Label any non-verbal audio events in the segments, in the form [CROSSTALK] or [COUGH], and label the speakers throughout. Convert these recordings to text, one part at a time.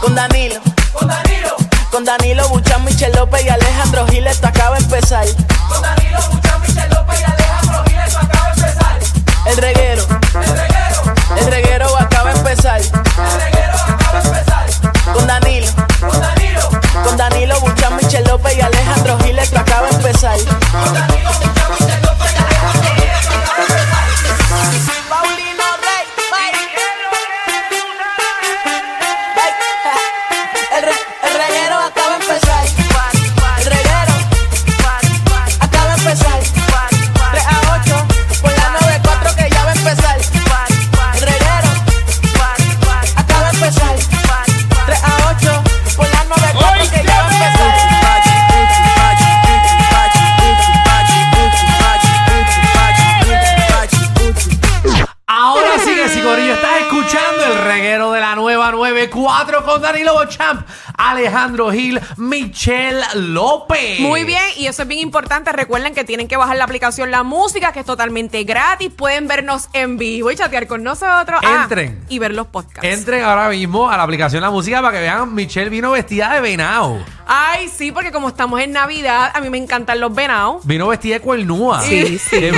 Speaker 1: Con Danilo,
Speaker 2: Con Danilo,
Speaker 1: con Danilo Buchan, Michel López y Alejandro Gil, esto acaba de empezar.
Speaker 2: con Danilo Buchan, Michel López y Alejandro Gil, esto acaba de empezar.
Speaker 1: El reguero,
Speaker 2: El reguero,
Speaker 1: el reguero acaba de empezar.
Speaker 2: el reguero acaba de empezar.
Speaker 1: Con Danilo,
Speaker 2: Con Danilo,
Speaker 1: con Danilo Buchan, Michel López y Alejandro Gil, esto acaba de empezar.
Speaker 2: con Danilo Buchan, Michel López y Alejandro Gil, esto acaba de empezar.
Speaker 1: Paulino Rey, El, reguero acaba de empezar. El reguero acaba de empezar. 3 a 8 por la 94 que ya va a empezar. El reguero acaba de empezar. 3 a 8 por la 94 que ya va a empezar.
Speaker 3: Ahora sí que sí, Corillo, estás escuchando el reguero de la nueva 94 con Danilo Bochamp, Alejandro Gil, Michelle López.
Speaker 4: Muy bien, y eso es bien importante. Recuerden que tienen que bajar la aplicación La Música, que es totalmente gratis. Pueden vernos en vivo y chatear con nosotros. Ah,
Speaker 3: Entren.
Speaker 4: y ver los podcasts.
Speaker 3: Entren ahora mismo a la aplicación La Música para que vean, Michelle vino vestida de venado.
Speaker 4: Ay, sí, porque como estamos en Navidad, a mí me encantan los venados.
Speaker 3: Vino vestida de cuernúa. [LAUGHS]
Speaker 4: Sí, sí.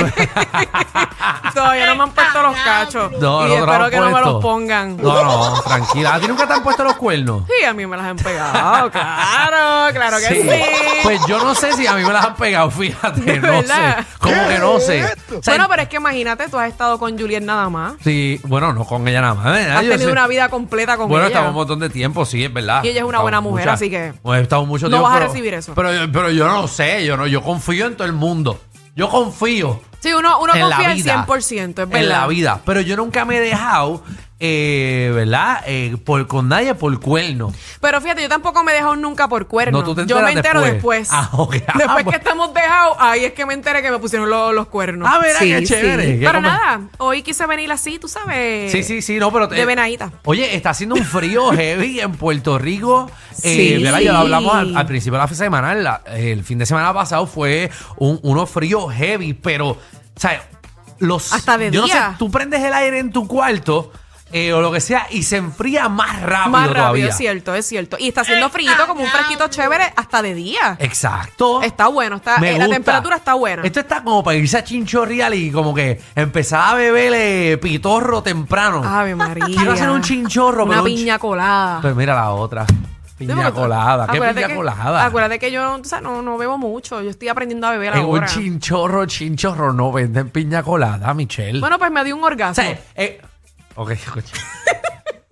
Speaker 4: Todavía no me han puesto los cachos.
Speaker 3: No,
Speaker 4: y
Speaker 3: no, te lo
Speaker 4: espero
Speaker 3: han
Speaker 4: que no me
Speaker 3: puesto.
Speaker 4: los pongan.
Speaker 3: No, no, tranquila. ¿A ti nunca te han puesto los cuernos?
Speaker 4: Sí, a mí me las han pegado. Claro, claro que sí.
Speaker 3: Pues yo no sé si a mí me las han pegado, [LAUGHS] fíjate,
Speaker 4: ¿De
Speaker 3: no sé.
Speaker 4: verdad?
Speaker 3: Como que no sé. O sea,
Speaker 4: bueno, pero es que imagínate, tú has estado con Juliet nada más.
Speaker 3: Sí, bueno, no con ella nada más. ¿eh?
Speaker 4: Has
Speaker 3: Yo
Speaker 4: tenido
Speaker 3: sé.
Speaker 4: una vida completa con
Speaker 3: Bueno,
Speaker 4: ella.
Speaker 3: estamos un montón de tiempo, sí, es verdad.
Speaker 4: Y ella es una
Speaker 3: Estamos
Speaker 4: buena mujer,
Speaker 3: mucha-
Speaker 4: así que
Speaker 3: Hemos estado mucho
Speaker 4: no
Speaker 3: tiempo,
Speaker 4: vas a
Speaker 3: pero-
Speaker 4: recibir eso.
Speaker 3: Pero, yo- pero yo no sé, yo no, yo confío en todo el mundo. Yo confío
Speaker 4: Sí, uno, uno
Speaker 3: en la
Speaker 4: confía al
Speaker 3: vida.
Speaker 4: 100%, es verdad.
Speaker 3: en la vida. Pero yo nunca me he dejado, eh, ¿verdad? Eh, por, con nadie por cuerno.
Speaker 4: Pero fíjate, yo tampoco me he dejado nunca por cuerno.
Speaker 3: No, tú te
Speaker 4: yo me
Speaker 3: enteras
Speaker 4: entero
Speaker 3: después.
Speaker 4: después.
Speaker 3: Ah, ok. Ah,
Speaker 4: [LAUGHS] Después
Speaker 3: bueno.
Speaker 4: que estamos dejados, ahí es que me enteré que me pusieron lo- los cuernos.
Speaker 3: Ah, mira,
Speaker 5: Sí,
Speaker 3: qué
Speaker 5: sí.
Speaker 3: chévere. qué
Speaker 4: Pero
Speaker 3: come-
Speaker 4: nada, hoy quise venir así, tú sabes.
Speaker 3: Sí, sí, sí, no, pero...
Speaker 4: Eh, de venadita.
Speaker 3: Oye, está haciendo un
Speaker 4: [LAUGHS]
Speaker 3: frío heavy en Puerto Rico. Eh,
Speaker 5: Sí.
Speaker 3: ¿verdad? Ya lo hablamos al, al principio de la semana. la- el fin de semana pasado fue un, uno frío heavy, pero, o sea, los...
Speaker 4: Hasta de
Speaker 3: yo no
Speaker 4: día.
Speaker 3: sé, tú prendes el aire en tu cuarto eh, o lo que sea y se enfría más rápido
Speaker 4: Más rápido,
Speaker 3: todavía.
Speaker 4: es cierto, es cierto. Y está haciendo frío como un fresquito chévere hasta de día.
Speaker 3: Exacto.
Speaker 4: Está bueno, está,
Speaker 3: Me
Speaker 4: eh,
Speaker 3: gusta.
Speaker 4: la
Speaker 3: Este
Speaker 4: temperatura está buena.
Speaker 3: Esto está como para irse a chinchorreal y como que empezar a beberle pitorro temprano.
Speaker 4: Ave María.
Speaker 3: Quiero hacer un chinchorro,
Speaker 4: Ah, Una
Speaker 3: pero un
Speaker 4: piña colada.
Speaker 3: Pues mira la otra.
Speaker 4: Sí,
Speaker 3: Piña
Speaker 4: porque tú-
Speaker 3: colada. ¿Qué
Speaker 4: acuérdate
Speaker 3: piña
Speaker 4: que-
Speaker 3: colada?
Speaker 4: Acuérdate que yo, tú sabes, no, no bebo mucho. Yo estoy aprendiendo a beber
Speaker 3: En un
Speaker 4: ahora.
Speaker 3: chinchorro, chinchorro, no venden piña colada, Michelle.
Speaker 4: Bueno, pues me dio un
Speaker 3: o
Speaker 4: orgasmo.
Speaker 3: sea, eh, ok, escucha.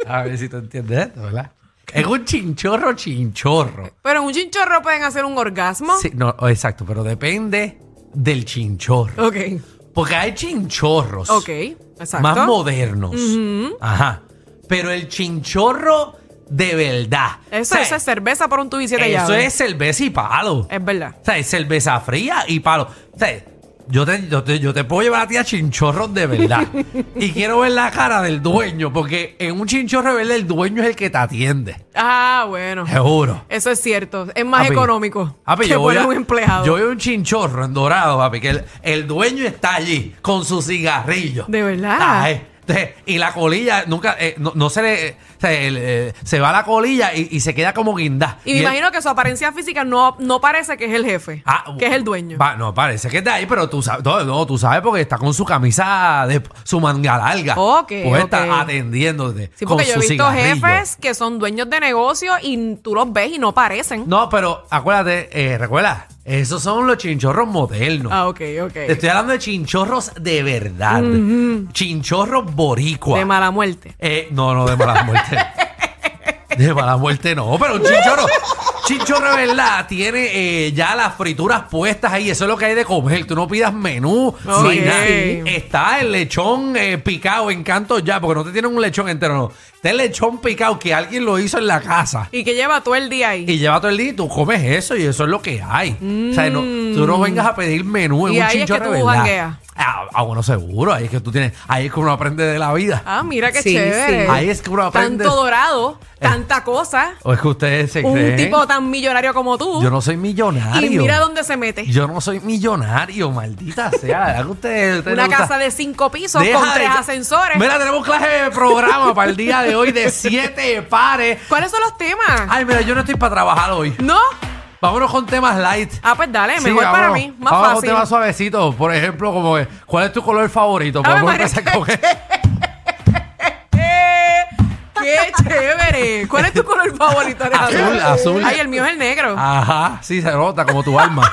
Speaker 3: A ver si tú entiendes esto, ¿verdad? Es un chinchorro, chinchorro.
Speaker 4: Pero en un chinchorro pueden hacer un orgasmo.
Speaker 3: Sí, no, oh, exacto, pero depende del chinchorro.
Speaker 4: Ok,
Speaker 3: Porque hay chinchorros
Speaker 4: ok, exacto.
Speaker 3: más modernos. Ajá. Pero el chinchorro de verdad.
Speaker 4: Eso,
Speaker 3: O sea,
Speaker 4: eso es cerveza por un tubo y siete
Speaker 3: eso
Speaker 4: llaves.
Speaker 3: es cerveza y palo.
Speaker 4: Es verdad.
Speaker 3: O sea, es cerveza fría y palo. O sea, yo te, yo, te, yo te puedo llevar a ti a chinchorros de
Speaker 4: [LAUGHS]
Speaker 3: verdad. y quiero ver la cara del dueño, porque en un chinchorro de verdad el dueño es el que te atiende.
Speaker 4: Ah, bueno.
Speaker 3: Seguro.
Speaker 4: Eso es cierto. Es más
Speaker 3: Papi,
Speaker 4: económico
Speaker 3: papi,
Speaker 4: que
Speaker 3: yo voy
Speaker 4: poner
Speaker 3: a-
Speaker 4: un empleado.
Speaker 3: Yo veo un chinchorro en dorado, papi, que el, el dueño está allí con su cigarrillo.
Speaker 4: De verdad.
Speaker 3: Ah, eh. Entonces, Y la colilla nunca, eh, no, no se le, eh, o sea, el, eh, se va la colilla y, y se queda como guindá.
Speaker 4: y me
Speaker 3: él-
Speaker 4: imagino que su apariencia física no, no parece que es el jefe,
Speaker 3: Ah,
Speaker 4: que es el dueño.
Speaker 3: va- no, parece que está ahí, pero tú sabes, no, no, tú sabes porque está con su camisa de su manga larga.
Speaker 4: Ok,
Speaker 3: Pues está
Speaker 4: ok.
Speaker 3: atendiéndote.
Speaker 4: Sí,
Speaker 3: con
Speaker 4: porque yo he
Speaker 3: su
Speaker 4: visto
Speaker 3: cigarrillo.
Speaker 4: jefes que son dueños de negocio y tú los ves y no parecen.
Speaker 3: No, pero acuérdate, eh, recuerda, esos son los chinchorros modernos.
Speaker 4: Ah, ok,
Speaker 3: Te
Speaker 4: ok.
Speaker 3: estoy hablando de chinchorros de verdad. Chinchorros boricua.
Speaker 4: De mala muerte.
Speaker 3: Eh, no, no, de mala muerte. de mala muerte no, pero un chinchorro. Chinchorro de verdad tiene eh, ya las frituras puestas ahí. Eso es lo que hay de comer. Tú no pidas menú. ni
Speaker 4: Ok.
Speaker 3: nada. Está el lechón eh, picado en canto ya, porque no te tienen un lechón entero, no. Está el lechón picado que alguien lo hizo en la casa.
Speaker 4: Y que lleva todo el día ahí.
Speaker 3: Y lleva todo el día y tú comes eso y eso es lo que hay. O sea, no- tú no vengas a pedir menú en
Speaker 4: Mm. Y
Speaker 3: un
Speaker 4: ahí es que
Speaker 3: chinchorro
Speaker 4: tú
Speaker 3: de verdad.
Speaker 4: jangueas.
Speaker 3: Ah, ah, bueno, seguro. Ahí es que tú tienes. Ahí es que uno aprende de la vida.
Speaker 4: Ah, mira qué
Speaker 5: Sí,
Speaker 4: chévere.
Speaker 5: sí.
Speaker 3: Ahí es que uno aprende.
Speaker 4: Tanto dorado, tanta cosa.
Speaker 3: O es que ustedes se
Speaker 4: Un
Speaker 3: creen.
Speaker 4: tipo tan millonario como tú.
Speaker 3: Yo no soy millonario.
Speaker 4: Y mira dónde se mete.
Speaker 3: Yo no soy millonario,
Speaker 4: [LAUGHS]
Speaker 3: maldita sea. ¿verdad que ustedes- ustedes
Speaker 4: Una
Speaker 3: les gusta?
Speaker 4: casa de cinco pisos
Speaker 3: Deja
Speaker 4: con
Speaker 3: de-
Speaker 4: tres ascensores.
Speaker 3: Mira, tenemos clase de programa para el día de hoy de siete pares.
Speaker 4: ¿Cuáles son los temas?
Speaker 3: Ay, mira, yo no estoy para trabajar hoy.
Speaker 4: ¿No?
Speaker 3: Vámonos con temas light.
Speaker 4: Ah, pues dale,
Speaker 3: Sí,
Speaker 4: mejor para
Speaker 3: vámonos.
Speaker 4: mí. Más
Speaker 3: Vámonos con
Speaker 4: fácil.
Speaker 3: temas suavecitos. Por ejemplo, como eh, ¿cuál es tu color favorito?
Speaker 4: Ave [LAUGHS]
Speaker 3: Podemos
Speaker 4: María,
Speaker 3: empezar con
Speaker 4: ¡Eh! ¡Qué chévere! ¿Cuál es tu color favorito, Alejandro?
Speaker 3: Azul, azul.
Speaker 4: Ay, el mío es el negro.
Speaker 3: Ajá, sí, se nota como tu
Speaker 4: [LAUGHS]
Speaker 3: alma.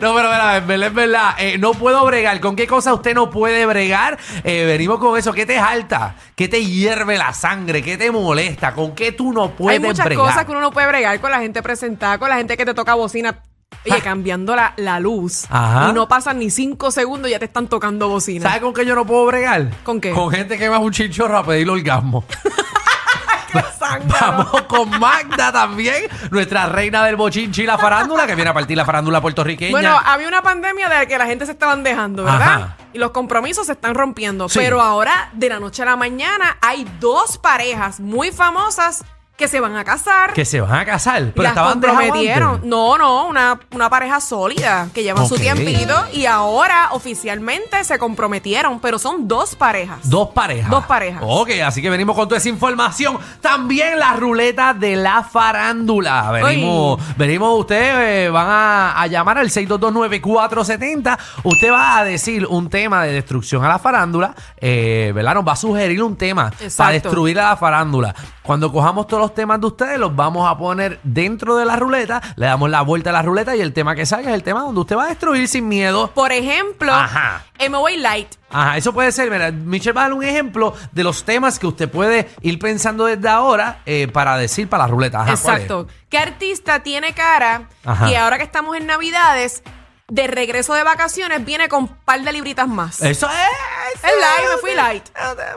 Speaker 3: No, pero mira, es verdad, es verdad. Eh, no puedo bregar. ¿Con qué cosa usted no puede bregar? Eh, venimos con eso. ¿Qué te jalta? ¿Qué te hierve la sangre? ¿Qué te molesta? ¿Con qué tú no
Speaker 4: Hay
Speaker 3: puedes
Speaker 4: muchas
Speaker 3: bregar?
Speaker 4: cosas que uno no puede bregar con la gente presentada, con la gente que te toca bocina. Oye, cambiando la, la luz.
Speaker 3: Ah. Ajá.
Speaker 4: Y no pasan ni cinco segundos y ya te están tocando bocina.
Speaker 3: ¿Sabes con qué yo no puedo bregar?
Speaker 4: ¿Con qué?
Speaker 3: Con gente que va a un chinchorro a pedir
Speaker 4: [LAUGHS]
Speaker 3: orgasmo.
Speaker 4: Zángano.
Speaker 3: Vamos con Magda también, nuestra reina del bochinchi y la farándula, que viene a partir la farándula puertorriqueña.
Speaker 4: Bueno, ah, había una pandemia de la que la gente se estaban dejando, ¿verdad?
Speaker 3: Ajá.
Speaker 4: Y los compromisos se están rompiendo.
Speaker 3: Sí.
Speaker 4: Pero ahora, de la noche a la mañana, hay dos parejas muy famosas que se van a casar.
Speaker 3: que se van a casar,
Speaker 4: y
Speaker 3: pero
Speaker 4: las
Speaker 3: estaban dejadas
Speaker 4: comprometieron.
Speaker 3: antes.
Speaker 4: No, no, una, una pareja sólida que llevan
Speaker 3: Ok.
Speaker 4: su tiempito y ahora oficialmente se comprometieron, pero son dos parejas.
Speaker 3: Dos parejas.
Speaker 4: Dos parejas.
Speaker 3: Ok, así que venimos con toda esa información. También la ruleta de la farándula. Venimos, venimos ustedes eh, van a, a llamar al 6229470. Usted va a decir un tema de destrucción a la farándula, eh, ¿verdad? Nos va a sugerir un tema para
Speaker 4: Exacto.
Speaker 3: destruir a la farándula. Cuando cojamos todos los temas de ustedes, los vamos a poner dentro de la ruleta, le damos la vuelta a la ruleta y el tema que salga es el tema donde usted va a destruir sin miedo.
Speaker 4: Por ejemplo,
Speaker 3: Ajá.
Speaker 4: eh, me voy light.
Speaker 3: Ajá, eso puede ser. Mira, Michelle va a dar un ejemplo de los temas que usted puede ir pensando desde ahora eh, para decir para la ruleta. Ajá, ¿cuál es?
Speaker 4: Exacto. ¿Qué artista tiene cara
Speaker 3: Ajá.
Speaker 4: y ahora que estamos en Navidades, de regreso de vacaciones, viene con un par de libritas más?
Speaker 3: Eso es.
Speaker 4: Es light, me fui light.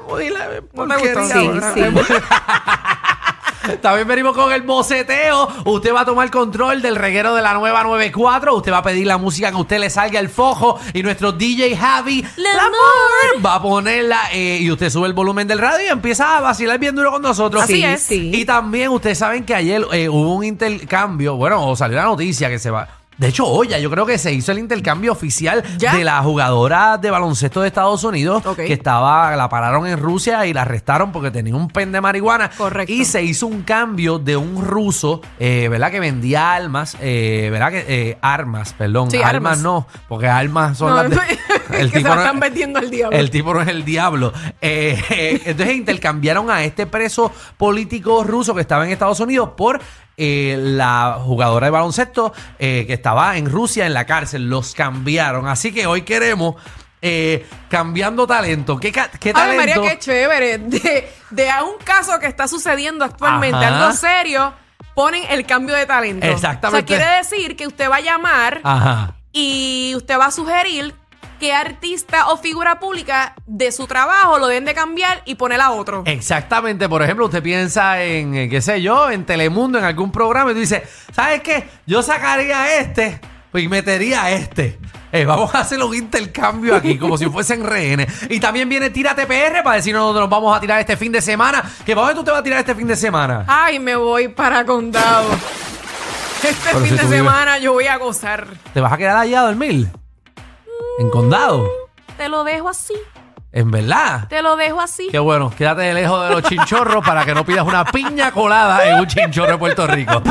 Speaker 3: Muy light,
Speaker 4: No me gustó.
Speaker 3: porquería,
Speaker 5: Sí,
Speaker 3: ¿verdad?
Speaker 5: sí.
Speaker 3: [LAUGHS] También venimos con el boceteo. Usted va a tomar control del reguero de la nueva 94. Usted va a pedir la música que a usted le salga el fojo. Y nuestro DJ Javi Lamour va a ponerla. eh, y usted sube el volumen del radio y empieza a vacilar bien duro con nosotros.
Speaker 4: Así es.
Speaker 5: sí.
Speaker 3: Y también ustedes saben que ayer eh, hubo un intercambio. Bueno, o salió la noticia que se va. De hecho, hoy ya yo creo que se hizo el intercambio oficial
Speaker 4: ¿Ya?
Speaker 3: de la jugadora de baloncesto de Estados Unidos
Speaker 4: Ok.
Speaker 3: que estaba, la pararon en Rusia y la arrestaron porque tenía un pen de marihuana.
Speaker 4: Correcto.
Speaker 3: Y se hizo un cambio de un ruso, eh, ¿verdad? Que vendía armas, eh, ¿verdad? Que, eh, armas, perdón.
Speaker 4: Sí,
Speaker 3: armas
Speaker 4: armas.
Speaker 3: no, porque armas son
Speaker 4: No,
Speaker 3: las de-
Speaker 4: [LAUGHS] que se
Speaker 3: no-
Speaker 4: la están vendiendo al diablo.
Speaker 3: el tipo no es el diablo. Eh, eh, entonces intercambiaron a este preso político ruso que estaba en Estados Unidos por eh, la jugadora de baloncesto eh, que estaba en Rusia en la cárcel. Los cambiaron. Así que hoy queremos eh, cambiando talento. ¿Qué, ca- qué
Speaker 4: Ay,
Speaker 3: talento?
Speaker 4: María, qué chévere. De, de a un caso que está sucediendo actualmente,
Speaker 3: Ajá.
Speaker 4: algo serio, ponen el cambio de talento.
Speaker 3: Exactamente. Ah.
Speaker 4: O sea, quiere decir que usted va a llamar
Speaker 3: Ajá.
Speaker 4: y usted va a sugerir qué artista o figura pública de su trabajo lo deben de cambiar y poner a otro.
Speaker 3: Exactamente, por ejemplo, usted piensa en, eh, qué sé yo, en Telemundo, en algún programa, y tú dices, ¿sabes qué? Yo sacaría a este pues, y metería a este. Eh, vamos a hacer un intercambio aquí, como si fuesen rehenes. Y también viene Tírate PR para decirnos dónde nos vamos a tirar este fin de semana. ¿Qué para dónde tú te vas a tirar este fin de semana?
Speaker 4: Ay, me voy para condado. Este
Speaker 3: Pero
Speaker 4: fin
Speaker 3: si
Speaker 4: de
Speaker 3: tú vives-
Speaker 4: semana yo voy a gozar.
Speaker 3: ¿Te vas a quedar allá a dormir? ¿En condado?
Speaker 4: Te lo dejo así,
Speaker 3: ¿En verdad?
Speaker 4: te lo dejo así.
Speaker 3: Qué bueno, quédate de lejos de los chinchorros para que no pidas una piña colada en un chinchorro de Puerto Rico.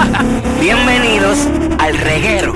Speaker 6: Bienvenidos al reguero.